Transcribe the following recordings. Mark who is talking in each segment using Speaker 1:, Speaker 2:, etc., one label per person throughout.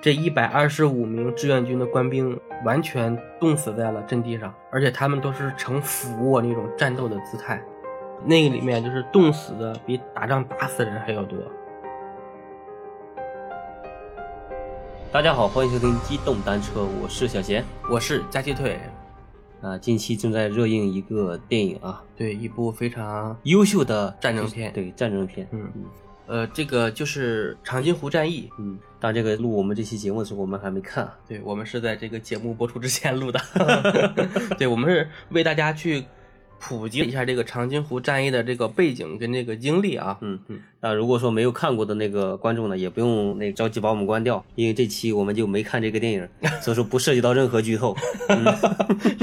Speaker 1: 这一百二十五名志愿军的官兵完全冻死在了阵地上，而且他们都是呈俯卧那种战斗的姿态。那个里面就是冻死的比打仗打死人还要多。
Speaker 2: 大家好，欢迎收听《机动单车》，我是小贤。
Speaker 1: 我是加鸡腿，
Speaker 2: 啊，近期正在热映一个电影啊，
Speaker 1: 对一部非常
Speaker 2: 优秀的
Speaker 1: 战争片
Speaker 2: 对战争片。
Speaker 1: 嗯
Speaker 2: 嗯
Speaker 1: 呃，这个就是长津湖战役。
Speaker 2: 嗯，但这个录我们这期节目的时候，我们还没看啊。
Speaker 1: 对我们是在这个节目播出之前录的， 对我们是为大家去普及一下这个长津湖战役的这个背景跟这个经历啊。
Speaker 2: 嗯嗯，那如果说没有看过的那个观众呢，也不用那个着急把我们关掉，因为这期我们就没看这个 电影，所以说不涉及到任何剧透。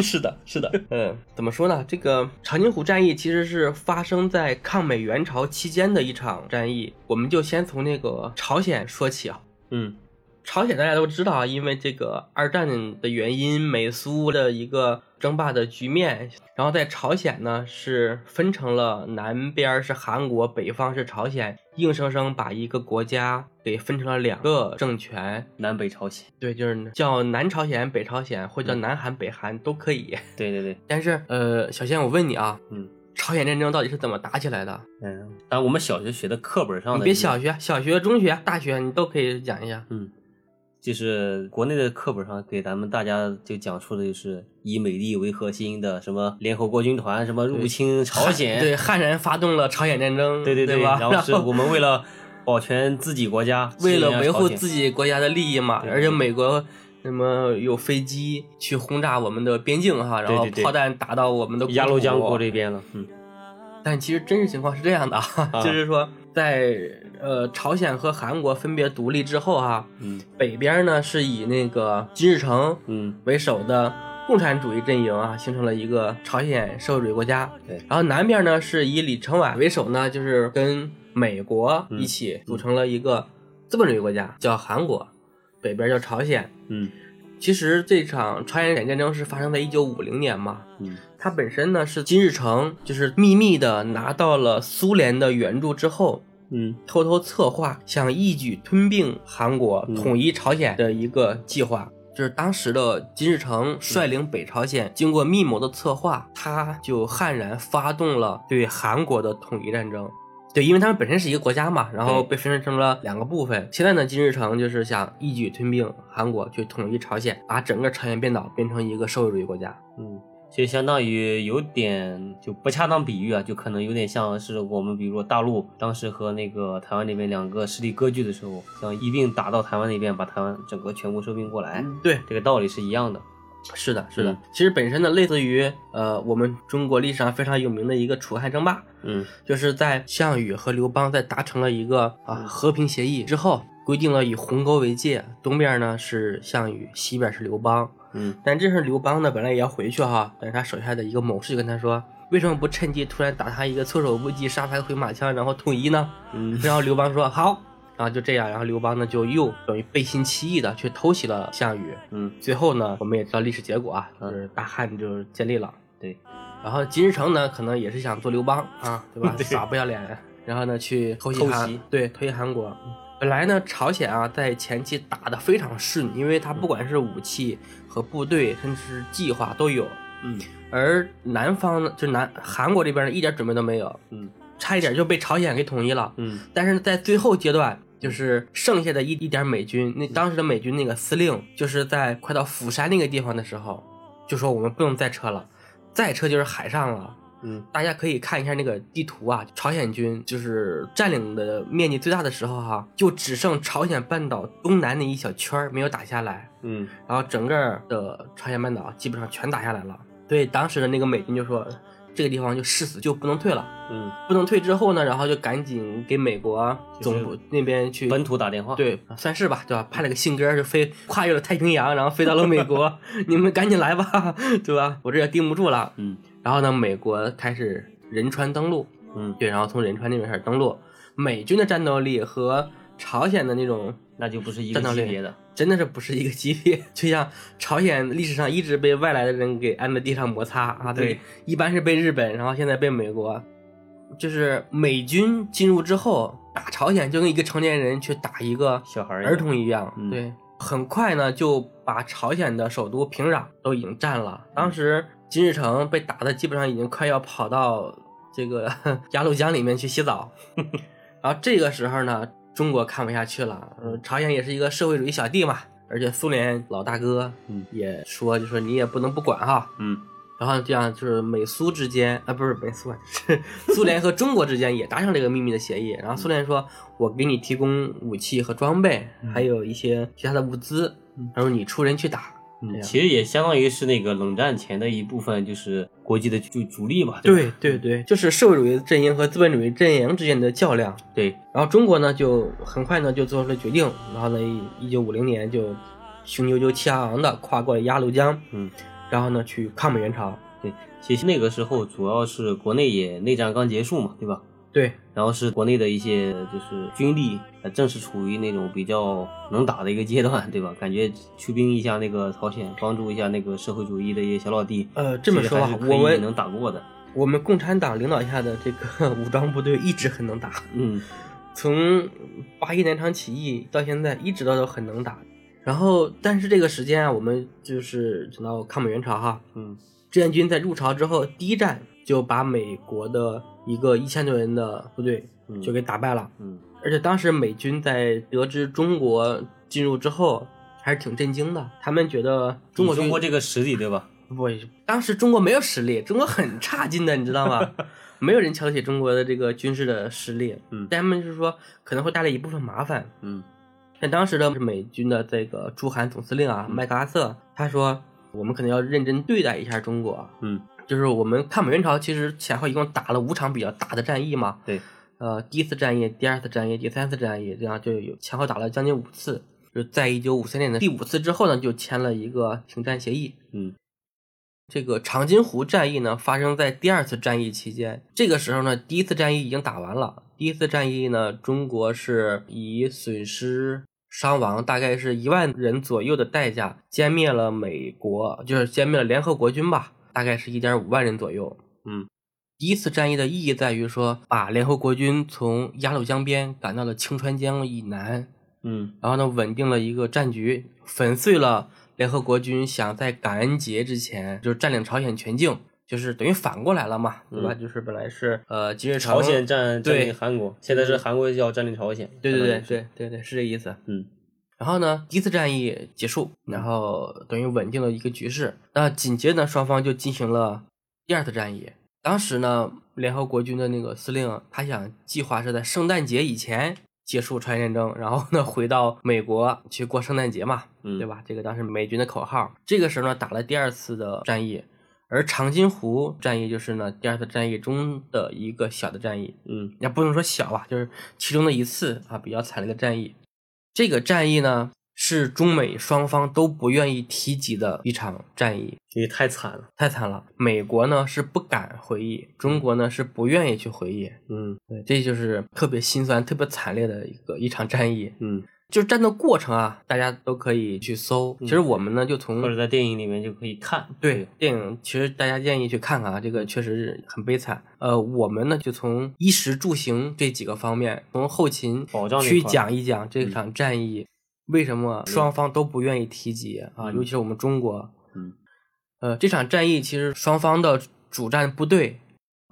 Speaker 1: 是的，是的，嗯，怎么说呢？这个长津湖战役其实是发生在抗美援朝期间的一场战役。我们就先从那个朝鲜说起啊。
Speaker 2: 嗯
Speaker 1: 朝鲜大家都知道啊，因为这个二战的原因，美苏的一个争霸的局面，然后在朝鲜呢是分成了南边是韩国，北方是朝鲜，硬生生把一个国家给分成了两个政权。
Speaker 2: 南北朝鲜，
Speaker 1: 对，就是叫南朝鲜、北朝鲜，或叫南韩、北韩都可以。
Speaker 2: 对对对，
Speaker 1: 但是呃，小仙，我问你啊，
Speaker 2: 嗯
Speaker 1: 朝鲜战争到底是怎么打起来的？
Speaker 2: 嗯，但我们小学学的课本上
Speaker 1: 你
Speaker 2: 的，
Speaker 1: 别小学、小学、中学、大学，你都可以讲一下。
Speaker 2: 嗯，就是国内的课本上给咱们大家就讲述的就是以美帝为核心的什么联合国军团，什么入 侵朝鲜，
Speaker 1: 对汉人发动了朝鲜战争，
Speaker 2: 对对
Speaker 1: 对吧？
Speaker 2: 然后是我们为了保全自己国家，
Speaker 1: 为了维护
Speaker 2: 己，
Speaker 1: 自己国家的利益嘛，
Speaker 2: 对
Speaker 1: 而且美国那么有飞机去轰炸我们的边境哈，然后
Speaker 2: 对对对
Speaker 1: 炮弹打到我们的
Speaker 2: 鸭绿江
Speaker 1: 国
Speaker 2: 过
Speaker 1: 土
Speaker 2: 这边了，嗯
Speaker 1: 但其实真实情况是这样的啊，
Speaker 2: 啊
Speaker 1: 就是说在呃朝鲜和韩国分别独立之后哈，
Speaker 2: 嗯
Speaker 1: 北边呢是以那个金日成
Speaker 2: 嗯，
Speaker 1: 为首的共产主义阵营啊，形成了一个朝鲜社会主义国家。
Speaker 2: 对
Speaker 1: 然后南边呢是以李承晚为首呢，就是跟美国
Speaker 2: 嗯
Speaker 1: 一起组成了一个资本主义国家，叫韩国，北边叫朝鲜。
Speaker 2: 嗯
Speaker 1: 其实这场朝鲜战争是发生在一九五零年嘛，
Speaker 2: 嗯
Speaker 1: 它本身呢是金日成就是秘密的拿到了苏联的援助之后，
Speaker 2: 嗯
Speaker 1: 偷偷策划想一举吞并韩国、
Speaker 2: 嗯
Speaker 1: 统一朝鲜的一个计划。就是当时的金日成率领北朝鲜，经过密谋的策划，他就悍然发动了对韩国的统一战争。对，因为他们本身是一个国家嘛，然后
Speaker 2: 对
Speaker 1: 被分成了两个部分。现在呢，金日成就是想一举吞并韩国，去统一朝鲜，把整个朝鲜半岛变成一个社会主义国家。
Speaker 2: 嗯。就相当于有点就不恰当比喻啊，就可能有点像是我们比如说大陆当时和那个台湾那边两个势力割据的时候，想一并打到台湾那边，把台湾整个全部收并过来。
Speaker 1: 哎对，
Speaker 2: 这个道理是一样的。
Speaker 1: 是的，是的。
Speaker 2: 嗯
Speaker 1: 其实本身呢，类似于呃，我们中国历史上非常有名的一个楚汉争霸，
Speaker 2: 嗯
Speaker 1: 就是在项羽和刘邦在达成了一个啊
Speaker 2: 嗯
Speaker 1: 和平协议之后，规定了以鸿沟为界，东边呢是项羽，西边是刘邦。
Speaker 2: 嗯
Speaker 1: 但这时候刘邦呢，本来也要回去哈，但是他手下的一个谋士就跟他说。为什么不趁机突然打他一个措手不及，杀他个回马枪，然后统一呢？
Speaker 2: 嗯
Speaker 1: 然后刘邦说好，然后就这样，然后刘邦呢就又等于背信弃义的去偷袭了项羽，
Speaker 2: 嗯
Speaker 1: 最后呢，我们也知道历史结果啊，就
Speaker 2: 嗯
Speaker 1: 是大汉就是建立了。
Speaker 2: 对，
Speaker 1: 然后金日成呢，可能也是想做刘邦啊，对吧？
Speaker 2: 对
Speaker 1: 傻不要 脸，然后呢去偷袭
Speaker 2: 偷
Speaker 1: 韩
Speaker 2: 袭，
Speaker 1: 对，偷袭韩国。本来呢，朝鲜啊在前期打得非常顺，因为它不管是武器和部队，甚至是计划都有。
Speaker 2: 嗯
Speaker 1: 而南方呢，就南韩国这边呢，一点准备都没有，
Speaker 2: 嗯
Speaker 1: 差一点就被朝鲜给统一了。
Speaker 2: 嗯
Speaker 1: 但是在最后阶段，就是剩下的一一点美军，那当时的美军那个司令，就是在快到釜山那个地方的时候，就说我们不能再撤了，再撤就是海上了。
Speaker 2: 嗯
Speaker 1: 大家可以看一下那个地图啊，朝鲜军就是占领的面积最大的时候哈、就只剩朝鲜半岛东南那一小圈儿没有打下来，
Speaker 2: 嗯
Speaker 1: 然后整个的朝鲜半岛基本上全打下来了。对，当时的那个美军就说，这个地方就誓死就不能退了。
Speaker 2: 嗯，
Speaker 1: 不能退之后呢，然后就赶紧给美国
Speaker 2: 就是
Speaker 1: 总部那边去
Speaker 2: 本土打啊电话。，
Speaker 1: 对算是吧，对吧？派了个信鸽就飞跨越了太平洋，然后飞到了美国， 你们赶紧来吧，对吧？我这也盯不住了。
Speaker 2: 嗯
Speaker 1: 然后呢，美国开始仁川登陆，
Speaker 2: 嗯，
Speaker 1: 对，然后从仁川那边开始登陆，美军的战斗力和朝鲜的那种
Speaker 2: 那就不是一个
Speaker 1: 战斗
Speaker 2: 级
Speaker 1: 力
Speaker 2: 别的。
Speaker 1: 真的是不是一个级别。 就像朝鲜历史上一直被外来的人给按在地上摩擦啊，
Speaker 2: 对，
Speaker 1: 一般是被日本，然后现在被美国，就是美军进入之后打朝鲜，就跟一个成年人去打一个
Speaker 2: 小孩儿一样
Speaker 1: 儿童一样，
Speaker 2: 嗯
Speaker 1: 对。很快呢就把朝鲜的首都平壤都已经占了。当时金日成被打的基本上已经快要跑到这个 鸭绿江里面去洗 澡，然后这个时候呢，中国看不下去了，呃朝鲜也是一个社会主义小弟嘛，而且苏联老大哥
Speaker 2: 嗯
Speaker 1: 也说，就说你也不能不管哈。
Speaker 2: 嗯
Speaker 1: 然后这样就是美苏之间啊，不是美苏，啊，是 苏联和中国之间也达成了一个秘密的协议。然后苏联说，我给你提供武器和装备，
Speaker 2: 嗯
Speaker 1: 还有一些其他的物资
Speaker 2: 嗯。
Speaker 1: 他说你出人去打，这
Speaker 2: 嗯，
Speaker 1: 样
Speaker 2: 其实也相当于是那个冷战前的一部分，就是国际的就主力嘛，吧
Speaker 1: 对对对，就是社会主义阵营和资本主义阵营之间的较量。
Speaker 2: 对，
Speaker 1: 然后中国呢，就很快呢就做出了决定，然后呢，一九五零年就雄赳赳气昂昂的跨过了鸭绿江，
Speaker 2: 嗯，
Speaker 1: 然后呢去抗美援朝。
Speaker 2: 其实那个时候主要是国内也内战刚结束嘛，对吧？
Speaker 1: 对，
Speaker 2: 然后是国内的一些就是军力，呃，正是处于那种比较能打的一个阶段，对吧？感觉出兵一下那个朝鲜，帮助一下那个社会主义的一些小老弟，
Speaker 1: 呃，这么
Speaker 2: 其实
Speaker 1: 说吧
Speaker 2: 还是，可
Speaker 1: 我
Speaker 2: 以
Speaker 1: 们
Speaker 2: 能打过的，
Speaker 1: 我们共产党领导下的这个武装部队一直很能打，
Speaker 2: 嗯
Speaker 1: 从八一南昌起义到现在，一直都都很能打。然后，但是这个时间啊，我们就是等到抗美援朝哈，
Speaker 2: 嗯
Speaker 1: 志愿军在入朝之后，第一站就把美国的一个一千多人的部队
Speaker 2: 嗯
Speaker 1: 就给打败了。
Speaker 2: 嗯
Speaker 1: 而且当时美军在得知中国进入之后，还是挺震惊的，他们觉得中国
Speaker 2: 以中国
Speaker 1: 这
Speaker 2: 这个实力，对吧？
Speaker 1: 不，当时中国没有实力，中国很差劲的，你知道吗？ 没有人瞧得起中国的这个军事的实力，
Speaker 2: 嗯
Speaker 1: 但他们就是说可能会带来一部分麻烦。
Speaker 2: 嗯
Speaker 1: 像当时的美军的这个驻韩总司令啊，
Speaker 2: 嗯
Speaker 1: 麦克阿瑟，他说我们可能要认真对待一下中国，
Speaker 2: 嗯，
Speaker 1: 就是我们抗美援朝其实前后一共打了五场比较大的战役嘛，
Speaker 2: 对，
Speaker 1: 呃，第一次战役、第二次战役、第三次战役，这样就有前后打了将近五次。就在一九五三年的第五次之后呢，就签了一个停战协议。
Speaker 2: 嗯
Speaker 1: 这个长津湖战役呢，发生在第二次战役期间。这个时候呢，第一次战役已经打完了。第一次战役呢，中国是以损失伤亡大概是一万人左右的代价，歼灭了美国，就是歼灭了联合国军吧，大概是一点五万人左右。
Speaker 2: 嗯，
Speaker 1: 第一次战役的意义在于说，把联合国军从鸭绿江边赶到了清川江以南，
Speaker 2: 嗯
Speaker 1: 然后呢，稳定了一个战局，粉碎了联合国军想在感恩节之前就是占领朝鲜全境，就是等于反过来了嘛，对吧？
Speaker 2: 嗯
Speaker 1: 就是本来是呃金日成，
Speaker 2: 朝鲜占占
Speaker 1: 对
Speaker 2: 领韩国，现在是韩国要占领朝鲜，
Speaker 1: 对对对
Speaker 2: 相当于是，
Speaker 1: 对对对，是这意思。
Speaker 2: 嗯
Speaker 1: 然后呢，第一次战役结束，然后等于稳定了一个局势。那紧接着呢，双方就进行了第二次战役。当时呢，联合国军的那个司令他想计划是在圣诞节以前结束朝鲜战争，然后呢回到美国去过圣诞节嘛，
Speaker 2: 嗯，
Speaker 1: 对？吧？这个当时美军的口号。这个时候呢，打了第二次的战役，而长津湖战役就是呢第二次战役中的一个小的战役，
Speaker 2: 嗯
Speaker 1: 也不能说小吧，就是其中的一次啊比较惨烈的战役。这个战役呢是中美双方都不愿意提及的一场战役，
Speaker 2: 也太惨了，
Speaker 1: 太惨了。美国呢是不敢回忆，中国呢是不愿意去回忆。
Speaker 2: 嗯
Speaker 1: 对，这就是特别心酸、特别惨烈的一个一场战役。
Speaker 2: 嗯，
Speaker 1: 就是战斗过程啊，大家都可以去搜。其实我们呢，就从
Speaker 2: 或者在电影里面就可以看，
Speaker 1: 对电影，其实大家建议去看看啊，这个确实是很悲惨。呃，我们呢就从衣食住行这几个方面，从后勤
Speaker 2: 保障这
Speaker 1: 去
Speaker 2: 块儿嗯
Speaker 1: 讲一讲这场战役、为什么双方都不愿意提及啊，
Speaker 2: 嗯
Speaker 1: 尤其是我们中国。
Speaker 2: 嗯
Speaker 1: 呃，这场战役其实双方的主战部队，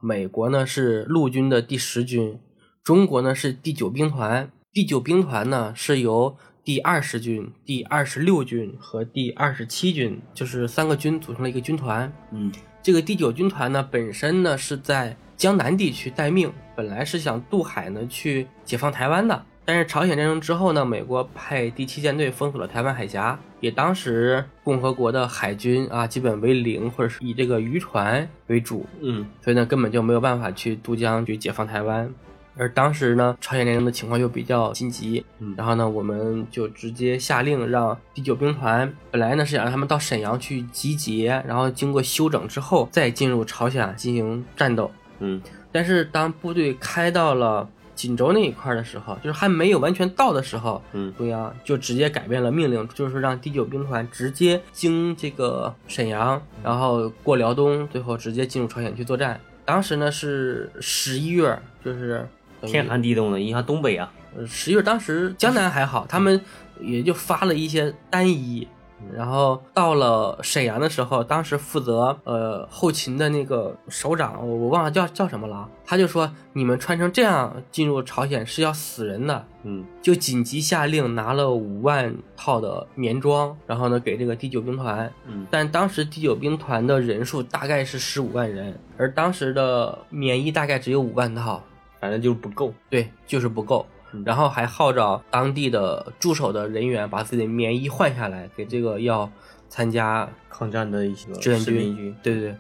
Speaker 1: 美国呢是陆军的第十军，中国呢是第九兵团。第九兵团呢是由第二十军、第二十六军和第二十七军，就是三个军组成了一个军团。
Speaker 2: 嗯
Speaker 1: 这个第九军团呢本身呢是在江南地区待命，本来是想渡海呢去解放台湾的。但是朝鲜战争之后呢，美国派第七舰队封锁了台湾海峡，也当时共和国的海军啊基本为零，或者是以这个渔船为主，
Speaker 2: 嗯
Speaker 1: 所以呢根本就没有办法去渡江去解放台湾。而当时呢，朝鲜战争的情况又比较心急，
Speaker 2: 嗯，
Speaker 1: 然后呢，我们就直接下令让第九兵团，本来呢是想让他们到沈阳去集结，然后经过休整之后再进入朝鲜啊进行战斗。
Speaker 2: 嗯
Speaker 1: 但是当部队开到了锦州那一块儿的时候，就是还没有完全到的时候，
Speaker 2: 嗯
Speaker 1: 中央就直接改变了命令，就是让第九兵团直接经这个沈阳，然后过辽东，最后直接进入朝鲜去作战。当时呢是十一月，就是
Speaker 2: 天寒地冻的，你看东北啊，
Speaker 1: 呃十月当时江南还好，他们也就发了一些单衣。然后到了沈阳的时候，当时负责呃后勤的那个首长，我我忘了叫叫什么了，他就说你们穿成这样进入朝鲜是要死人的，
Speaker 2: 嗯，
Speaker 1: 就紧急下令拿了五万套的棉装，然后呢给这个第九兵团，
Speaker 2: 嗯
Speaker 1: 但当时第九兵团的人数大概是十五万人，而当时的棉衣大概只有五万套，
Speaker 2: 反正就是不够。
Speaker 1: 对，就是不够。
Speaker 2: 嗯
Speaker 1: 然后还号召当地的驻守的人员把自己的棉衣换下来，给这个要参加
Speaker 2: 抗战的一些
Speaker 1: 志愿
Speaker 2: 呃士兵军
Speaker 1: 军，，对对对。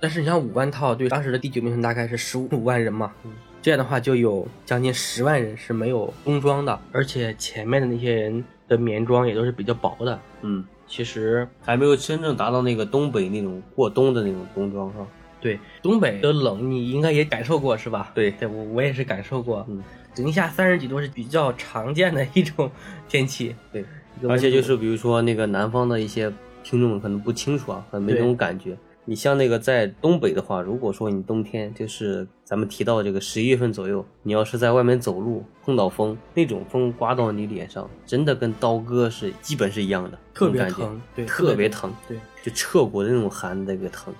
Speaker 1: 但是你像五万套，对当时的第九兵团大概是十五万人嘛，
Speaker 2: 嗯
Speaker 1: 这样的话就有将近十万人是没有冬装的，而且前面的那些人的棉装也都是比较薄的。
Speaker 2: 嗯，
Speaker 1: 其实
Speaker 2: 还没有真正达到那个东北那种过冬的那种冬装，是吧？
Speaker 1: 对东北的冷，你应该也感受过是吧？
Speaker 2: 对
Speaker 1: 对我我也是感受过，
Speaker 2: 嗯，
Speaker 1: 零下三十几度是比较常见的一种 天气，
Speaker 2: 对，
Speaker 1: 一个温
Speaker 2: 而且就
Speaker 1: 度
Speaker 2: 是比如说那个南方的一些听众可能不清楚啊，可能没
Speaker 1: 对
Speaker 2: 那种感觉。你像那个在东北的话，如果说你冬天就是咱们提到的这个十一月份左右，你要是在外面走路碰到风，那种风刮到你脸上，真的跟刀割是基本是一样的，
Speaker 1: 特
Speaker 2: 那
Speaker 1: 别
Speaker 2: 种感觉
Speaker 1: 疼，对，
Speaker 2: 特别疼，
Speaker 1: 对。
Speaker 2: 就彻骨的那种寒的那个疼。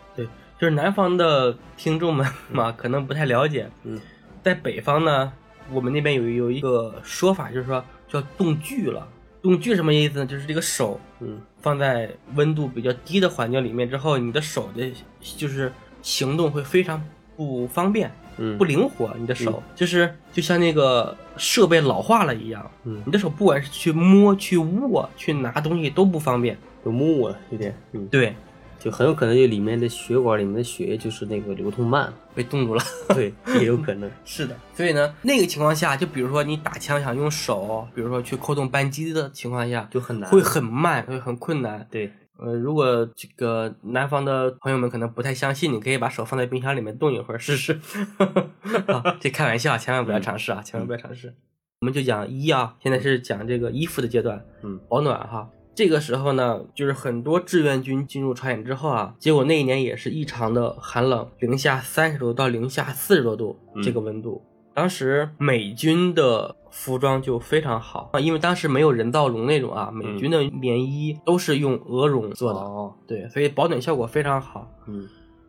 Speaker 1: 就是南方的听众们嘛，可能不太了解。
Speaker 2: 嗯，
Speaker 1: 在北方呢，我们那边有有一个说法，就是说叫冻具了。冻具什么意思呢？就是这个手
Speaker 2: 嗯
Speaker 1: 放在温度比较低的环境里面之后，你的手的，就是行动会非常不方便、
Speaker 2: 嗯，
Speaker 1: 不灵活。你的手、就是就像那个设备老化了一样，
Speaker 2: 嗯
Speaker 1: 你的手不管是去摸、去握、去拿东西都不方便。
Speaker 2: 就木了有点，嗯，
Speaker 1: 对，
Speaker 2: 就很有可能就里面的血管里面的血液就是那个流 通慢了，
Speaker 1: 被冻住了。
Speaker 2: 对，也有可能。
Speaker 1: 是的，所以呢，那个情况下，就比如说你打枪想用手，比如说去扣动扳机的情况下，
Speaker 2: 就很难，
Speaker 1: 会很慢，会很困难。
Speaker 2: 对，
Speaker 1: 呃，如果这个南方的朋友们可能不太相信，你可以把手放在冰箱里面冻一会儿试试。 啊，这开玩笑，千万
Speaker 2: 嗯
Speaker 1: 不要尝试啊，千万不要尝试。我们就讲衣啊，现在是讲这个衣服的阶段，
Speaker 2: 嗯，
Speaker 1: 保暖哈。这个时候呢，就是很多志愿军进入朝鲜之后啊，结果那一年也是异常的寒冷，零下三十度到零下四十多度
Speaker 2: 嗯
Speaker 1: 这个温度。当时美军的服装就非常好啊，因为当时没有人造绒那种啊，美军的棉衣都是用鹅绒做的，
Speaker 2: 嗯哦，
Speaker 1: 对，所以保暖效果非常好。
Speaker 2: 嗯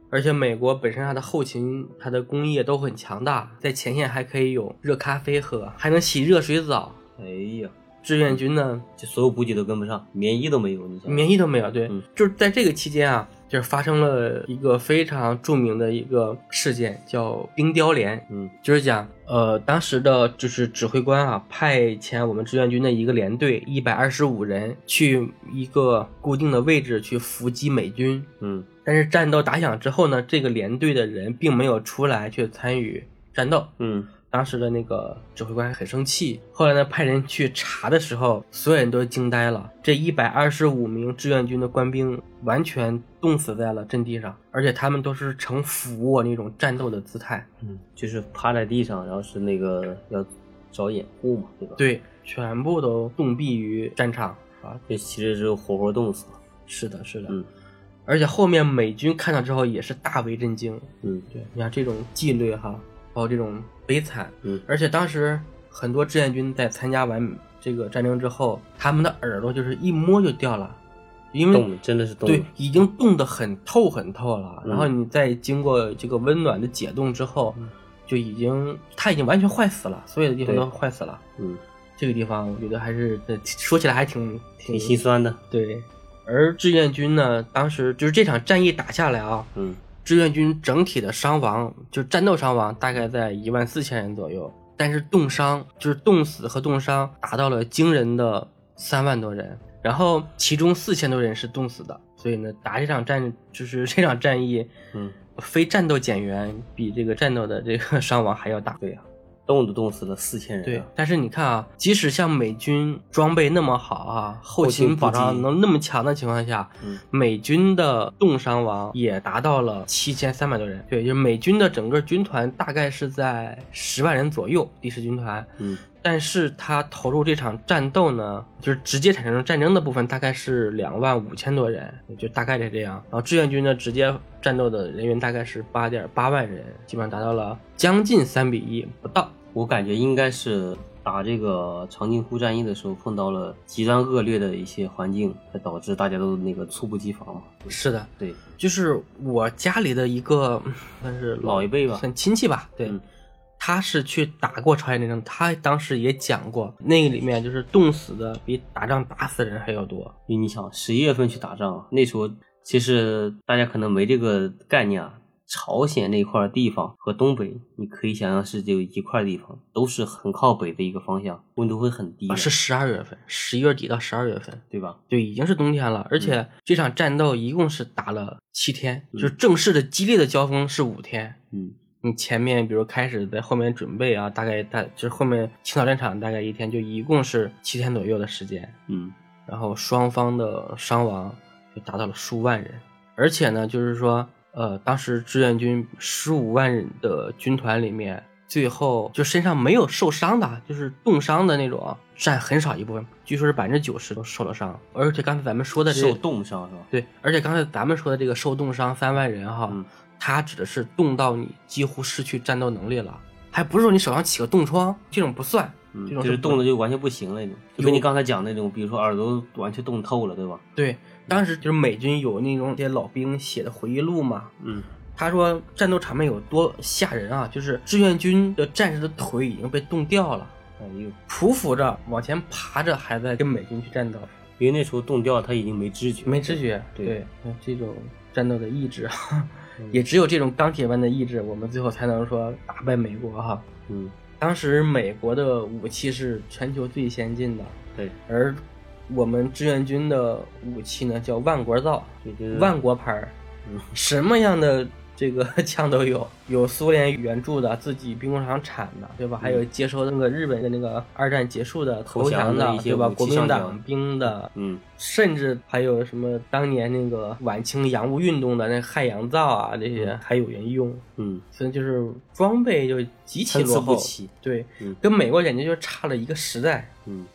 Speaker 1: 而且美国本身它的后勤、它的工业都很强大，在前线还可以有热咖啡喝，还能洗热水澡。
Speaker 2: 哎呀，
Speaker 1: 志愿军呢，
Speaker 2: 这所有补给都跟不上，棉衣都没有，你想，
Speaker 1: 棉衣都没有。对，
Speaker 2: 嗯
Speaker 1: 就是在这个期间啊，就是发生了一个非常著名的一个事件，叫冰雕连。
Speaker 2: 嗯
Speaker 1: 就是讲，呃，当时的就是指挥官啊，派遣我们志愿军的一个连队，一百二十五人，去一个固定的位置去伏击美军。
Speaker 2: 嗯
Speaker 1: 但是战斗打响之后呢，这个连队的人并没有出来去参与战斗。
Speaker 2: 嗯，
Speaker 1: 当时的那个指挥官很生气，后来呢派人去查的时候，所有人都惊呆了。这一百二十五名志愿军的官兵完全冻死在了阵地上，而且他们都是呈俯卧那种战斗的姿态。
Speaker 2: 嗯，就是趴在地上，然后是那个要找掩护嘛，对吧？，
Speaker 1: 对，全部都冻毙于战场。
Speaker 2: 这其实是活活冻死了，
Speaker 1: 是的，是的
Speaker 2: 嗯
Speaker 1: 而且后面美军看到之后也是大为震惊。
Speaker 2: 嗯
Speaker 1: 对，你看这种纪律哈，包括这种悲惨，
Speaker 2: 嗯
Speaker 1: 而且当时很多志愿军在参加完这个战争之后，他们的耳朵就是一摸就掉了，因为
Speaker 2: 冻了，真的是冻
Speaker 1: 对
Speaker 2: 了，
Speaker 1: 已经冻得很透很透了，
Speaker 2: 嗯
Speaker 1: 然后你再经过这个温暖的解冻之后，
Speaker 2: 嗯
Speaker 1: 就已经它已经完全坏死了，所有的地方
Speaker 2: 对
Speaker 1: 都坏死了。
Speaker 2: 嗯，
Speaker 1: 这个地方我觉得还是呃说起来还挺
Speaker 2: 挺心酸的，
Speaker 1: 对。而志愿军呢，当时就是这场战役打下来啊，
Speaker 2: 嗯
Speaker 1: 志愿军整体的伤亡，就是战斗伤亡，大概在一万四千人左右，但是冻伤，就是冻死和冻伤，达到了惊人的三万多人，然后其中四千多人是冻死的，所以呢，打这场战就是这场战役，
Speaker 2: 嗯，
Speaker 1: 非战斗减员比这个战斗的这个 伤亡还要大。
Speaker 2: 对呀，冻都冻死了四千人，
Speaker 1: 对，，但是你看啊，即使像美军装备那么好啊，后
Speaker 2: 后勤
Speaker 1: 勤
Speaker 2: 补
Speaker 1: 保
Speaker 2: 给
Speaker 1: 障能那么强的情况下，
Speaker 2: 嗯
Speaker 1: 美军的冻伤亡也达到了七千三百多人。对，就是美军的整个军团大概是在十万人左右，第十军团。
Speaker 2: 嗯
Speaker 1: 但是他投入这场战斗呢，就是直接产生战争的部分大概是两万五千多人，就大概是这样。然后志愿军呢，直接战斗的人员大概是八点八万人，基本上达到了将近三比一不到。
Speaker 2: 我感觉应该是打这个长津湖战役的时候碰到了极端恶劣的一些环境，才导致大家都那个猝不及防嘛。
Speaker 1: 是的，
Speaker 2: 对，
Speaker 1: 就是我家里的一个嗯算是
Speaker 2: 老一辈吧，
Speaker 1: 算亲戚吧，对。
Speaker 2: 嗯
Speaker 1: 他是去打过朝鲜战争，他当时也讲过，那个里面就是冻死的比打仗打死人还要多。
Speaker 2: 因为你想十一月份去打仗，那时候其实大家可能没这个概念啊。朝鲜那块地方和东北，你可以想象是就一块地方，都是很靠北的一个方向，温度会很低的、
Speaker 1: 啊，是十二月份，十一月底到十二月份，
Speaker 2: 对吧？
Speaker 1: 就已经是冬天了。而且这场战斗一共是打了七天，
Speaker 2: 嗯
Speaker 1: 就是正式的激烈的交锋是五天。
Speaker 2: 嗯，
Speaker 1: 你前面比如开始在后面准备啊，大概大就是后面青岛战场大概一天，就一共是七天左右的时间。
Speaker 2: 嗯，
Speaker 1: 然后双方的伤亡就达到了数万人，而且呢，就是说，呃，当时志愿军十五万人的军团里面，最后就身上没有受伤的，就是冻伤的那种，占很少一部分，据说是百分之九十都受了伤。而且刚才咱们说的这
Speaker 2: 受冻伤是吧？
Speaker 1: 对，而且刚才咱们说的这个受冻伤三万人哈，
Speaker 2: 嗯
Speaker 1: 它指的是冻到你几乎失去战斗能力了，还不是说你手上起个冻疮，这种不算，
Speaker 2: 嗯，
Speaker 1: 这种
Speaker 2: 就是
Speaker 1: 不
Speaker 2: 冻的就完全不行了那种，就
Speaker 1: 有
Speaker 2: 跟你刚才讲那种，比如说耳朵完全冻透了，对吧？
Speaker 1: 对，当时就是美军有那种一些老兵写的回忆录嘛，
Speaker 2: 嗯，
Speaker 1: 他说战斗场面有多吓人啊，就是志愿军的战士的腿已经被冻掉了，
Speaker 2: 哎呦，
Speaker 1: 匍匐着往前爬着，还在跟美军去战斗，
Speaker 2: 因为那时候冻掉他已经没知觉，
Speaker 1: 没知觉。
Speaker 2: 对
Speaker 1: 那这种战斗的意志，啊
Speaker 2: 嗯
Speaker 1: 也只有这种钢铁般的意志，我们最后才能说打败美国哈。
Speaker 2: 嗯，
Speaker 1: 当时美国的武器是全球最先进的，
Speaker 2: 对，
Speaker 1: 而我们志愿军的武器呢叫万国造，
Speaker 2: 就就是
Speaker 1: 万国牌儿，什么样的这个 枪都有，有苏联援助的，自己兵工厂产的，对
Speaker 2: 嗯
Speaker 1: 吧？还有接收那个日本的那个二战结束的投降
Speaker 2: 投降的一些
Speaker 1: 对吧？
Speaker 2: 武器
Speaker 1: 国民
Speaker 2: 上
Speaker 1: 党
Speaker 2: 将
Speaker 1: 兵的，
Speaker 2: 嗯，
Speaker 1: 甚至还有什么当年那个晚清洋务运动的那汉洋造啊，这些还有人用，
Speaker 2: 嗯，
Speaker 1: 所以就是装备就极其
Speaker 2: 参差
Speaker 1: 落
Speaker 2: 不
Speaker 1: 后，
Speaker 2: 齐，
Speaker 1: 对
Speaker 2: 嗯，
Speaker 1: 跟美国简直就差了一个时代。
Speaker 2: 嗯，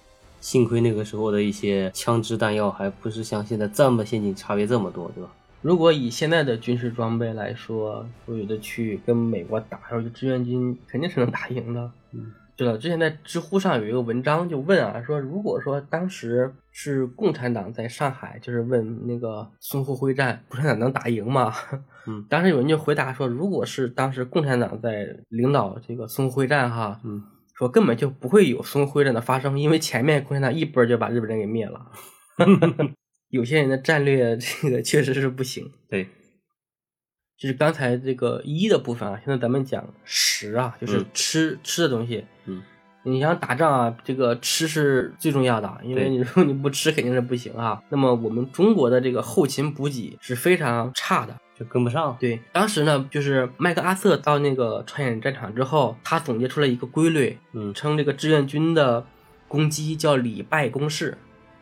Speaker 2: 幸亏那个时候的一些枪支弹药还不是像现在这么先进，差别这么多，对吧？
Speaker 1: 如果以现在的军事装备来说，我觉得去跟美国打，我觉得志愿军肯定是能打赢的。
Speaker 2: 嗯，
Speaker 1: 对了，之前在知乎上有一个文章就问啊，说如果说当时是共产党在上海，就是问那个淞沪会战，共产党能打赢吗？
Speaker 2: 嗯
Speaker 1: 当时有人就回答说，如果是当时共产党在领导这个淞沪会战哈，
Speaker 2: 嗯，
Speaker 1: 说根本就不会有淞沪会战的发生，因为前面共产党一波就把日本人给灭了。有些人的战略这个确实是不行。
Speaker 2: 对，
Speaker 1: 就是刚才这个一的部分啊，现在咱们讲食啊，就是
Speaker 2: 嗯
Speaker 1: 吃、吃的东西。
Speaker 2: 嗯，
Speaker 1: 你想打仗啊，这个吃是最重要的，啊因为
Speaker 2: 对
Speaker 1: 你如果你不吃肯定是不行啊。那么我们中国的这个后勤补给是非常差的。
Speaker 2: 就跟不上，
Speaker 1: 对，当时呢，就是麦克阿瑟到那个朝鲜战场之后，他总结出了一个规律，
Speaker 2: 嗯
Speaker 1: 称这个志愿军的攻击叫礼拜攻势。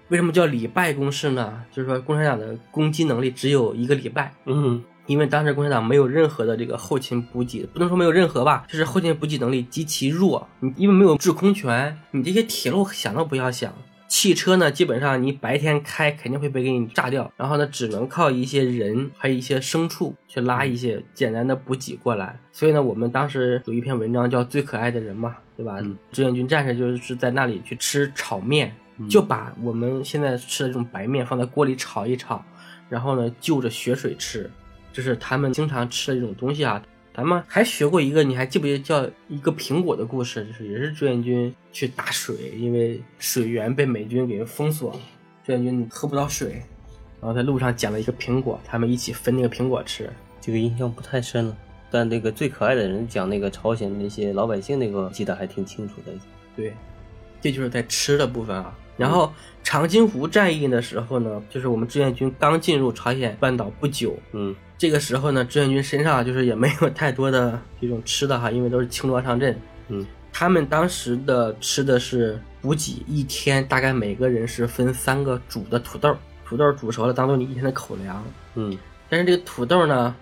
Speaker 1: 为什么叫礼拜攻势呢？就是说共产党的攻击能力只有一个礼拜，
Speaker 2: 嗯，
Speaker 1: 因为当时共产党没有任何的这个后勤补给，不能说没有任何吧，就是后勤补给能力极其弱。你因为没有制空权，你这些铁路想都不要想。汽车呢，基本上你白天开肯定会被给你炸掉，然后呢，只能靠一些人还有一些牲畜去拉一些简单的补给过来。所以呢，我们当时有一篇文章叫《最可爱的人》嘛，对吧？
Speaker 2: 嗯
Speaker 1: 志愿军战士就是在那里去吃炒面，
Speaker 2: 嗯
Speaker 1: 就把我们现在吃的这种白面放在锅里炒一炒，然后呢就着血水吃，这是他们经常吃的一种东西啊。咱们还学过一个，你还记不记得叫一个苹果的故事？就是也是志愿军去打水，因为水源被美军给封锁，志愿军喝不到水，然后在路上捡了一个苹果，他们一起分那个苹果吃。
Speaker 2: 这个印象不太深了。但那个最可爱的人讲那个朝鲜的那些老百姓那个记得还挺清楚的，
Speaker 1: 对，这就是在吃的部分啊。然后长津湖战役的时候呢，就是我们志愿军刚进入朝鲜半岛不久，
Speaker 2: 嗯
Speaker 1: 这个时候呢，志愿军身上就是也没有太多的这种吃的哈，因为都是轻装上阵。
Speaker 2: 嗯，
Speaker 1: 他们当时的吃的是补给，一天大概每个人是分三个煮的土豆，土豆煮熟了当做你一天的口粮。
Speaker 2: 嗯，
Speaker 1: 但是这个土豆呢，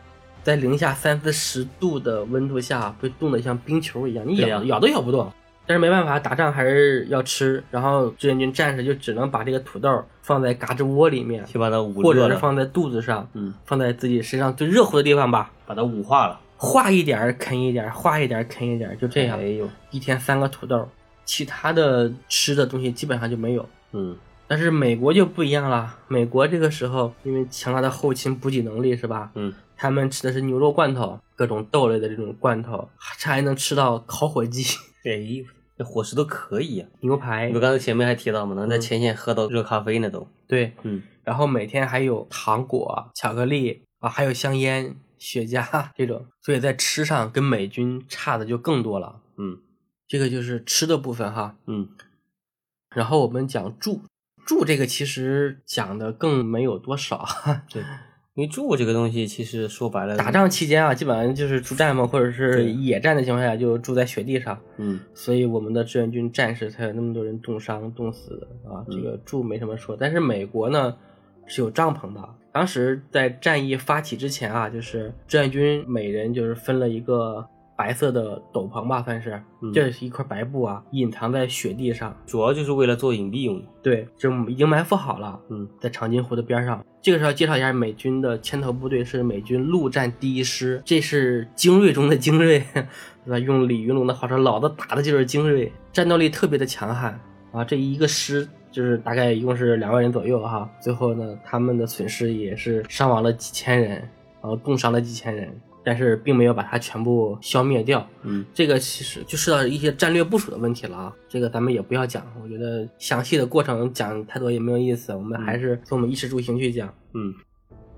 Speaker 1: 在零下三四十度的温度下被冻得像冰球一样，你
Speaker 2: 对啊
Speaker 1: 咬、
Speaker 2: 呀
Speaker 1: 咬都咬不动。但是没办法，打仗还是要吃，然后志愿军战士就只能把这个土豆放在嘎吱窝里面，
Speaker 2: 先把它捂
Speaker 1: 或
Speaker 2: 热
Speaker 1: 者是
Speaker 2: 了，
Speaker 1: 放在肚子上，
Speaker 2: 嗯，
Speaker 1: 放在自己身上最热乎的地方吧。
Speaker 2: 把它捂化了，
Speaker 1: 画一点儿啃一点儿，画一点儿啃一点儿，就这样
Speaker 2: 哎，呦，
Speaker 1: 一天三个土豆，其他的吃的东西基本上就没有。
Speaker 2: 嗯
Speaker 1: 但是美国就不一样了，美国这个时候因为强大的后勤补给能力是吧？
Speaker 2: 嗯，
Speaker 1: 他们吃的是牛肉罐头，各种豆类的这种罐头，还能吃到烤火鸡、
Speaker 2: 哎呦，这伙食都可以啊！嗯
Speaker 1: 牛排
Speaker 2: 我，刚才前面还提到嘛，能在前线喝到热咖啡呢都。
Speaker 1: 对，
Speaker 2: 嗯，
Speaker 1: 然后每天还有糖果、巧克力啊，还有香烟、雪茄这种，所以在吃上跟美军差的就更多了。
Speaker 2: 嗯，
Speaker 1: 这个就是吃的部分哈。
Speaker 2: 嗯，
Speaker 1: 然后我们讲住，住这个其实讲的更没有多少。
Speaker 2: 对，因为住这个东西其实说白了，
Speaker 1: 打，仗期间啊，基本上就是出战嘛，或者是
Speaker 2: 对
Speaker 1: 野战的情况下，就住在雪地上，
Speaker 2: 嗯
Speaker 1: 所以我们的志愿军战士才有那么多人冻伤、冻死啊。这
Speaker 2: 嗯
Speaker 1: 个住没什么说，但是美国呢是有帐篷的。当时在战役发起之前啊，就是志愿军每人就是分了一个白色的斗篷吧，算是，
Speaker 2: 嗯
Speaker 1: 这是一块白布啊，隐藏在雪地上。
Speaker 2: 主要就是为了做隐蔽用的。
Speaker 1: 对，就已经埋伏好了。
Speaker 2: 嗯，
Speaker 1: 在长津湖的边上。这个时候介绍一下美军的牵头部队是美军陆战第一师，这是精锐中的精锐， 对吧？用李云龙的话说，老子打的就是精锐，战斗力特别的强悍啊！这一个师就是大概一共是两万人左右哈。最后呢，他们的损失也是伤亡了几千人，然后冻伤了几千人，但是并没有把它全部消灭掉。
Speaker 2: 嗯
Speaker 1: 这个其实就涉及到一些战略部署的问题了啊，这个咱们也不要讲，我觉得详细的过程讲太多也没有意思，我们还是从我们衣食住行去讲。
Speaker 2: 嗯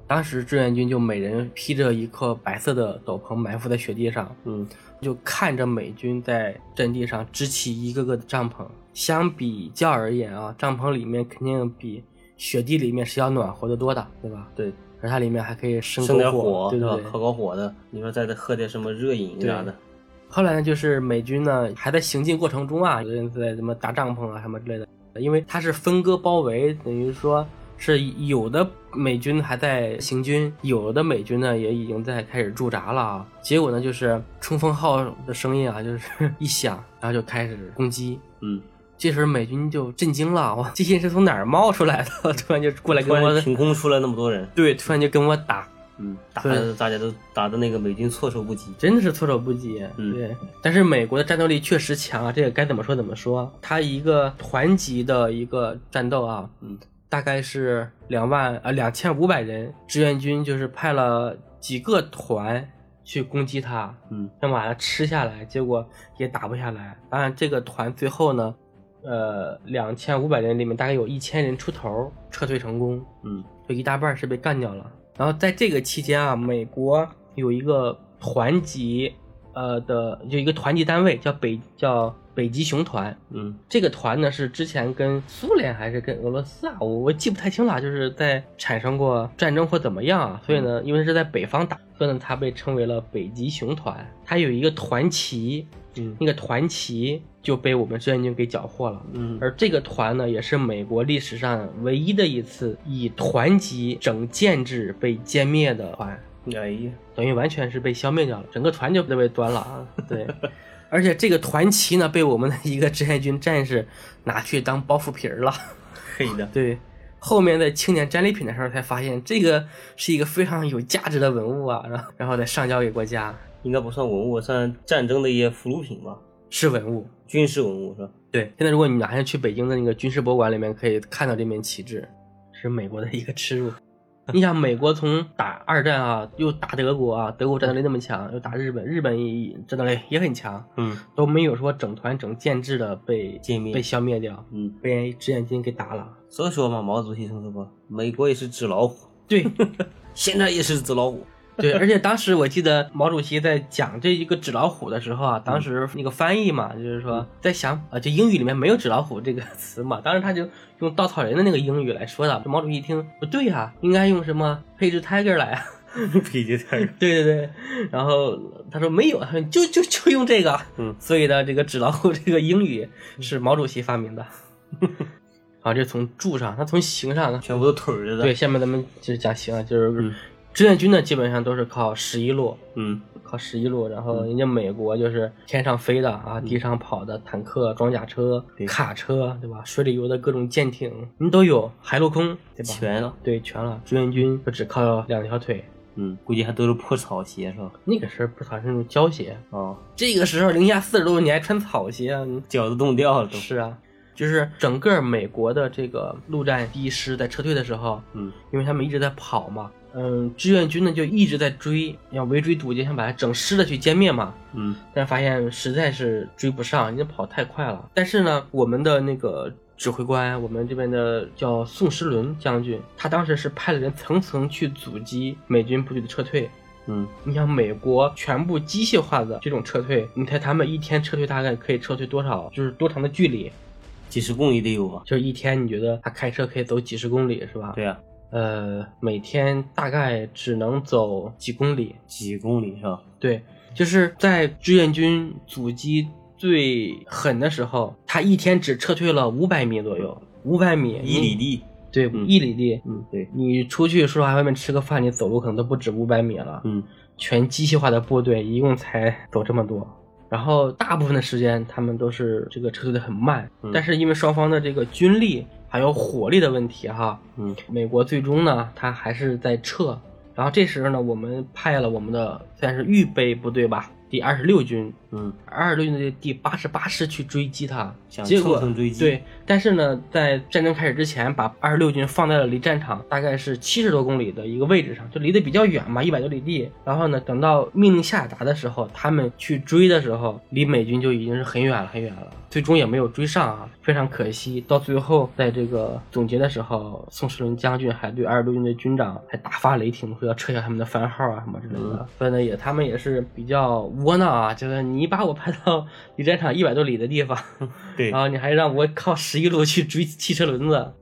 Speaker 1: 当时志愿军就每人披着一块白色的斗篷，埋伏在雪地上，
Speaker 2: 嗯
Speaker 1: 就看着美军在阵地上支起一个个的帐篷。相比较而言啊，帐篷里面肯定比雪地里面是要暖和的多的，对吧？
Speaker 2: 对，
Speaker 1: 而它里面还可以生
Speaker 2: 生
Speaker 1: 篝
Speaker 2: 点
Speaker 1: 火，对
Speaker 2: 是吧
Speaker 1: 对？对
Speaker 2: 烤烤火的，你说再喝点什么热饮啥的。
Speaker 1: 后来呢，就是美军呢还在行进过程中啊，有的人在什么搭帐篷啊什么之类的，因为它是分割包围，等于说是有的美军还在行军，有的美军呢也已经在开始驻扎了啊。结果呢，就是冲锋号的声音啊，就是一响，然后就开始攻击。
Speaker 2: 嗯，
Speaker 1: 这时候美军就震惊了，哇，这些人是从哪儿冒出来的？ 突然就过来
Speaker 2: 突
Speaker 1: 跟
Speaker 2: 然
Speaker 1: 我，
Speaker 2: 凭空出来那么多人。
Speaker 1: 对，突然就跟我打，
Speaker 2: 嗯，打
Speaker 1: 对
Speaker 2: 的大家都打的那个美军措手不及。
Speaker 1: 真的是措手不及。
Speaker 2: 嗯
Speaker 1: 对，但是美国的战斗力确实强啊，这个该怎么说怎么说。它一个团级的一个战斗啊，
Speaker 2: 嗯，
Speaker 1: 大概是两万呃两千五百人，志愿军就是派了几个团去攻击它，
Speaker 2: 嗯
Speaker 1: 想把它吃下来，结果也打不下来。当然，这个团最后呢，呃，两千五百人里面大概有一千人出头撤退成功。
Speaker 2: 嗯
Speaker 1: 就一大半是被干掉了。然后在这个期间啊，美国有一个团级，呃的有一个团级单位叫北叫北极熊团。
Speaker 2: 嗯
Speaker 1: 这个团呢是之前跟苏联还是跟俄罗斯啊，我我记不太清了，就是在产生过战争或怎么样啊。所以呢，因为是在北方打，所以呢它被称为了北极熊团。它有一个团旗，
Speaker 2: 嗯
Speaker 1: 那个团旗就被我们志愿军给缴获了。
Speaker 2: 嗯
Speaker 1: 而这个团呢，也是美国历史上唯一的一次以团级整建制被歼灭的团，
Speaker 2: 哎呀，
Speaker 1: 等于完全是被消灭掉了，整个团就被端了啊！对，而且这个团旗呢，被我们的一个志愿军战士拿去当包袱皮儿了。
Speaker 2: 黑的。
Speaker 1: 对，后面在清点战利品的时候才发现，这个是一个非常有价值的文物啊，然后然后再上交给国家，
Speaker 2: 应该不算文物，算战争的一些俘虏品吧，
Speaker 1: 是文物。
Speaker 2: 军事文物是吧？
Speaker 1: 对，现在如果你哪天去北京的那个军事博物馆里面，可以看到这面旗帜，是美国的一个耻辱。你想，美国从打二战啊，又打德国啊，德国战斗力那么强，又打日本，日本也战斗力也很强，
Speaker 2: 嗯
Speaker 1: 都没有说整团整建制的被
Speaker 2: 歼灭
Speaker 1: 被消灭掉，
Speaker 2: 嗯，
Speaker 1: 被人志愿军给打了。
Speaker 2: 所以说嘛，毛主席曾说过，美国也是纸老虎，
Speaker 1: 对
Speaker 2: 现在也是纸老虎。
Speaker 1: 对，而且当时我记得毛主席在讲这一个纸老虎的时候啊，
Speaker 2: 嗯
Speaker 1: 当时那个翻译嘛，就是说在想啊，就英语里面没有纸老虎这个词嘛，当时他就用稻草人的那个英语来说的。毛主席一听不对呀、应该用什么配置 tiger 来啊？
Speaker 2: 比这太
Speaker 1: 对对对，然后他说没有，他说就就就用这个，
Speaker 2: 嗯
Speaker 1: 所以呢，这个纸老虎这个英语是毛主席发明 的。啊，这从柱上，他从形上 呢，
Speaker 2: 全部都腿儿着的。
Speaker 1: 对，，下面咱们就是讲形啊，就是
Speaker 2: 嗯
Speaker 1: 志愿军呢，基本上都是靠十一路。
Speaker 2: 嗯
Speaker 1: 靠十一路，然后人家美国就是天上飞的啊，地上跑的坦克、装甲车、
Speaker 2: 嗯对
Speaker 1: 卡车，对吧？水里游的各种舰艇，人都有，海陆空，对吧？
Speaker 2: 全了。
Speaker 1: 对，全了。志愿军就只靠两条腿，
Speaker 2: 嗯，估计还都是破草鞋是吧？
Speaker 1: 那个时候不穿那种胶鞋，
Speaker 2: 哦，
Speaker 1: 这个时候零下四十度你还穿草鞋啊？你
Speaker 2: 脚都冻掉了都。
Speaker 1: 是啊，就是整个美国的这个陆战第一师在撤退的时候，
Speaker 2: 嗯，
Speaker 1: 因为他们一直在跑嘛，嗯，志愿军呢就一直在追，要围追堵截，想把它整师的去歼灭嘛。
Speaker 2: 嗯
Speaker 1: 但发现实在是追不上，人家跑太快了。但是呢，我们的那个指挥官，我们这边的叫宋时轮将军，他当时是派了人层层去阻击美军部队的撤退。
Speaker 2: 嗯，
Speaker 1: 你想，美国全部机械化的这种撤退，你猜他们一天撤退大概可以撤退多少？就是多长的距离？
Speaker 2: 几十公里得有吧？
Speaker 1: 就是一天，你觉得他开车可以走几十公里是吧？
Speaker 2: 对啊，
Speaker 1: 呃，每天大概只能走几公里。
Speaker 2: 几公里是吧？
Speaker 1: 对，就是在志愿军阻击最狠的时候，他一天只撤退了五百米左右，五百米，
Speaker 2: 一里地。
Speaker 1: 对，
Speaker 2: 嗯
Speaker 1: 一里地。
Speaker 2: 嗯，对，
Speaker 1: 你出去说实话，外面吃个饭，你走路可能都不止五百米了。
Speaker 2: 嗯
Speaker 1: 全机械化的部队一共才走这么多，然后大部分的时间他们都是这个撤退的很慢，
Speaker 2: 嗯
Speaker 1: 但是因为双方的这个军力还有火力的问题哈，
Speaker 2: 嗯
Speaker 1: 美国最终呢，他还是在撤。然后这时候呢，我们派了我们的算是预备部队吧，第二十六军，
Speaker 2: 嗯，
Speaker 1: 二十六军的第八十八师去追击他，
Speaker 2: 想
Speaker 1: 结果
Speaker 2: 乘胜追击
Speaker 1: 对，但是呢，在战争开始之前，把二十六军放在了离战场大概是七十多公里的一个位置上，就离得比较远嘛，一百多里地。然后呢，等到命令下达的时候，他们去追的时候，离美军就已经是很远了，很远了，最终也没有追上啊，非常可惜。到最后，在这个总结的时候，宋时轮将军还对二十六军的军长还大发雷霆，说要撤下他们的番号啊什么之类的。
Speaker 2: 嗯
Speaker 1: 所以呢，也他们也是比较窝囊啊，就是你把我派到离战场一百多里的地方。
Speaker 2: 对，
Speaker 1: 然后你还让我靠 十一路去追汽车轮子，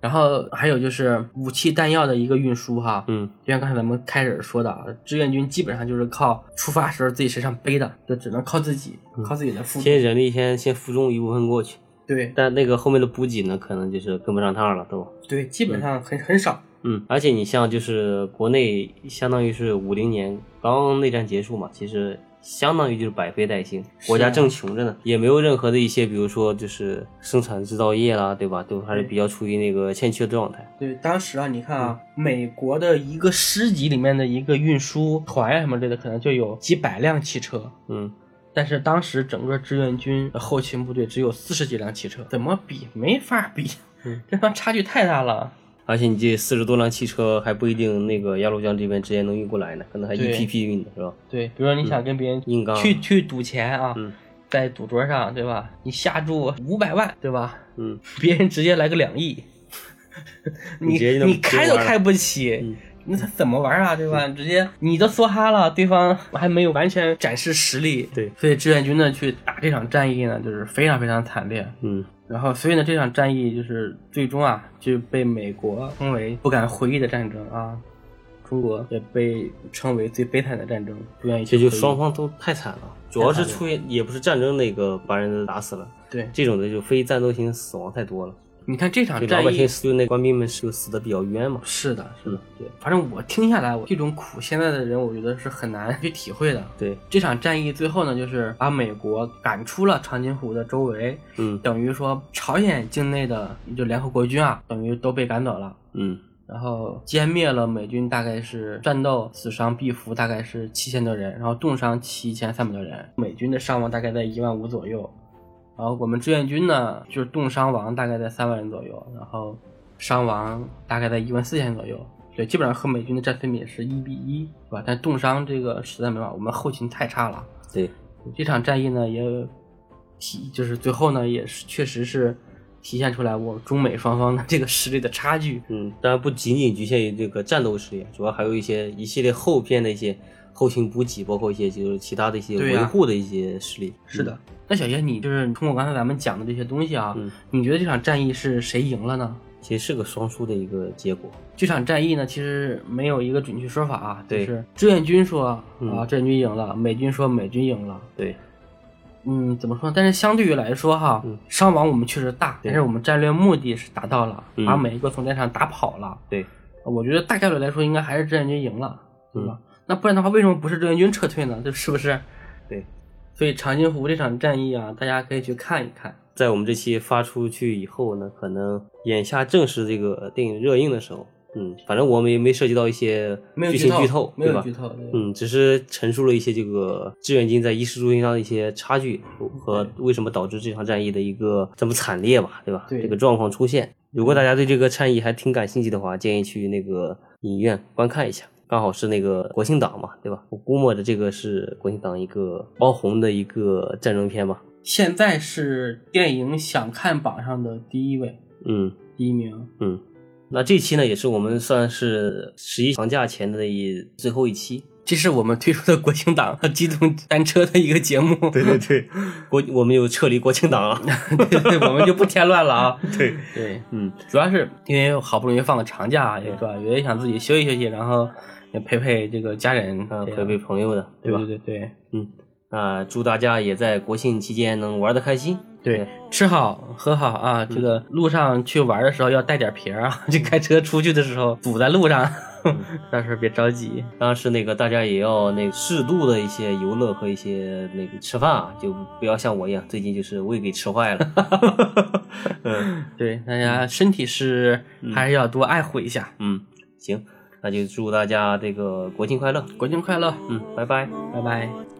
Speaker 1: 然后还有就是武器弹药的一个运输哈，
Speaker 2: 嗯
Speaker 1: 就像刚才咱们开始说的啊，志愿军基本上就是靠出发时候自己身上背的，就只能靠自己，靠自己的付出。
Speaker 2: 先人力先先负重一部分过去，
Speaker 1: 对
Speaker 2: 但那个后面的补给呢，可能就是跟不上趟了都。
Speaker 1: 对，基本上很很少。
Speaker 2: 嗯，而且你像就是国内，相当于是五零年刚内战结束嘛，其实相当于就是百废待兴，国家正穷着呢，也没有任何的一些，比如说就是生产制造业啦，对吧？都还是比较处于那个欠缺的状态。
Speaker 1: 对，当时啊，你看啊，美国的一个师级里面的一个运输团啊什么之类的，可能就有几百辆汽车。
Speaker 2: 嗯，
Speaker 1: 但是当时整个志愿军的后勤部队只有四十几辆汽车，怎么比？没法比，
Speaker 2: 嗯
Speaker 1: 这方差距太大了。
Speaker 2: 而且你这四十多辆汽车还不一定那个鸭绿江这边直接能运过来呢，可能还一
Speaker 1: 对
Speaker 2: 批批运的是吧？
Speaker 1: 对，比如说你想跟别人
Speaker 2: 硬嗯刚
Speaker 1: 去去赌钱啊，
Speaker 2: 嗯
Speaker 1: 在赌桌上对吧？你下注五百万对吧？
Speaker 2: 嗯，
Speaker 1: 别人直接来个两亿， 你
Speaker 2: 你直接就
Speaker 1: 你开都
Speaker 2: 玩了
Speaker 1: 开不起。
Speaker 2: 嗯
Speaker 1: 那他怎么玩啊？对吧？直接你都梭哈了，对方还没有完全展示实力。
Speaker 2: 对
Speaker 1: 所以志愿军呢去打这场战役呢，就是非常非常惨烈。
Speaker 2: 嗯，
Speaker 1: 然后，所以呢，这场战役就是最终啊，就被美国称为不敢回忆的战争啊，中国也被称为最悲惨的战争，不愿意
Speaker 2: 这
Speaker 1: 去
Speaker 2: 就
Speaker 1: 回忆
Speaker 2: 双方都太惨了，主要是出现也不是战争那个把人打死了，
Speaker 1: 对。
Speaker 2: 这种的就非战斗型死亡太多了。
Speaker 1: 你看这场
Speaker 2: 对
Speaker 1: 战
Speaker 2: 老百姓
Speaker 1: 役，
Speaker 2: 死，就那官兵们是就死的比较冤嘛。
Speaker 1: 是的，是的
Speaker 2: 嗯，
Speaker 1: 对。反正我听下来，我这种苦，现在的人我觉得是很难去体会的。
Speaker 2: 对，
Speaker 1: 这场战役最后呢，就是把美国赶出了长津湖的周围，
Speaker 2: 嗯
Speaker 1: 等于说朝鲜境内的就联合国军啊，等于都被赶走了。
Speaker 2: 嗯
Speaker 1: 然后歼灭了美军，大概是战斗死伤毙俘大概是七千多人，然后重伤七千三百多人，美军的伤亡大概在一万五左右，然后我们志愿军呢就是重伤亡大概在三万人左右，然后伤亡大概在一万四千左右，对，基本上和美军的战损比是一比一，是吧？但重伤这个实在没办法，我们后勤太差了。
Speaker 2: 对，
Speaker 1: 这场战役呢也体就是最后呢也是确实是体现出来我中美双方的这个实力的差距。
Speaker 2: 嗯，当然不仅仅局限于这个战斗实力，主要还有一些一系列后边的一些后勤补给，包括一些就是其他的一些
Speaker 1: 对
Speaker 2: 维
Speaker 1: 呀
Speaker 2: 护的一些实力。
Speaker 1: 是的，嗯那小叶，你就是通过刚才咱们讲的这些东西啊，
Speaker 2: 嗯，嗯，
Speaker 1: 你觉得这场战役是谁赢了呢？
Speaker 2: 其实是个双输的一个结果。
Speaker 1: 这场战役呢，其实没有一个准确说法啊，就
Speaker 2: 对
Speaker 1: 是志愿军说、
Speaker 2: 嗯
Speaker 1: 啊，志愿军赢了，美军说美军赢了，
Speaker 2: 对，
Speaker 1: 嗯，怎么说？但是相对于来说哈，
Speaker 2: 嗯
Speaker 1: 伤亡我们确实大，
Speaker 2: 对
Speaker 1: 但是我们战略目的是达到了，
Speaker 2: 嗯
Speaker 1: 把美国从战场打跑了。
Speaker 2: 对，
Speaker 1: 我觉得大概率来说，应该还是志愿军赢了，对
Speaker 2: 嗯
Speaker 1: 吧？那不然的话，为什么不是志愿军撤退呢？这是不是？
Speaker 2: 对。
Speaker 1: 所以长津湖这场战役啊，大家可以去看一看。
Speaker 2: 在我们这期发出去以后呢，可能眼下正是这个电影热映的时候，嗯，反正我们也没涉及到一些
Speaker 1: 没有
Speaker 2: 剧情
Speaker 1: 剧
Speaker 2: 剧透，
Speaker 1: 没
Speaker 2: 对
Speaker 1: 有
Speaker 2: 吧
Speaker 1: 剧？透，对
Speaker 2: 嗯，只是陈述了一些这个志愿军在一师中心上的一些差距和为什么导致这场战役的一个这么惨烈吧，对吧？
Speaker 1: 对
Speaker 2: 这个状况出现，如果大家对这个战役还挺感兴趣的话，建议去那个影院观看一下。刚好是那个国庆档嘛，对吧？我估摸着这个是国庆档一个爆红的一个战争片吧。
Speaker 1: 现在是电影想看榜上的第一位，
Speaker 2: 嗯，
Speaker 1: 第一名。
Speaker 2: 那这期呢也是我们算是十一长假前的一最后一期。
Speaker 1: 这是我们推出的国庆档机动单车的一个节目， 对对对，
Speaker 2: 国我们又撤离国庆档了。
Speaker 1: 对对，我们就不添乱了啊。
Speaker 2: 对，
Speaker 1: 对，
Speaker 2: 嗯，
Speaker 1: 主要是因为好不容易放个长假，也是吧，也想自己休息休息，然后也陪陪这个家人，
Speaker 2: 啊，
Speaker 1: 这样
Speaker 2: 陪陪朋友的，
Speaker 1: 嗯对
Speaker 2: 吧？
Speaker 1: 对对对
Speaker 2: 啊，祝大家也在国庆期间能玩的开心。
Speaker 1: 对，吃好喝好啊！这个路上去玩的时候要带点瓶儿啊， 就开车出去的时候堵在路上， 到时候别着急。
Speaker 2: 当然是那个大家也要那个适度的一些游乐和一些那个吃饭啊，就不要像我一样，最近就是胃给吃坏了。嗯
Speaker 1: 对，大家身体是还是要多爱护一下。
Speaker 2: 嗯，行，那就祝大家这个国庆快乐。
Speaker 1: 国庆快乐，
Speaker 2: 嗯，拜拜。
Speaker 1: 拜拜。
Speaker 3: 「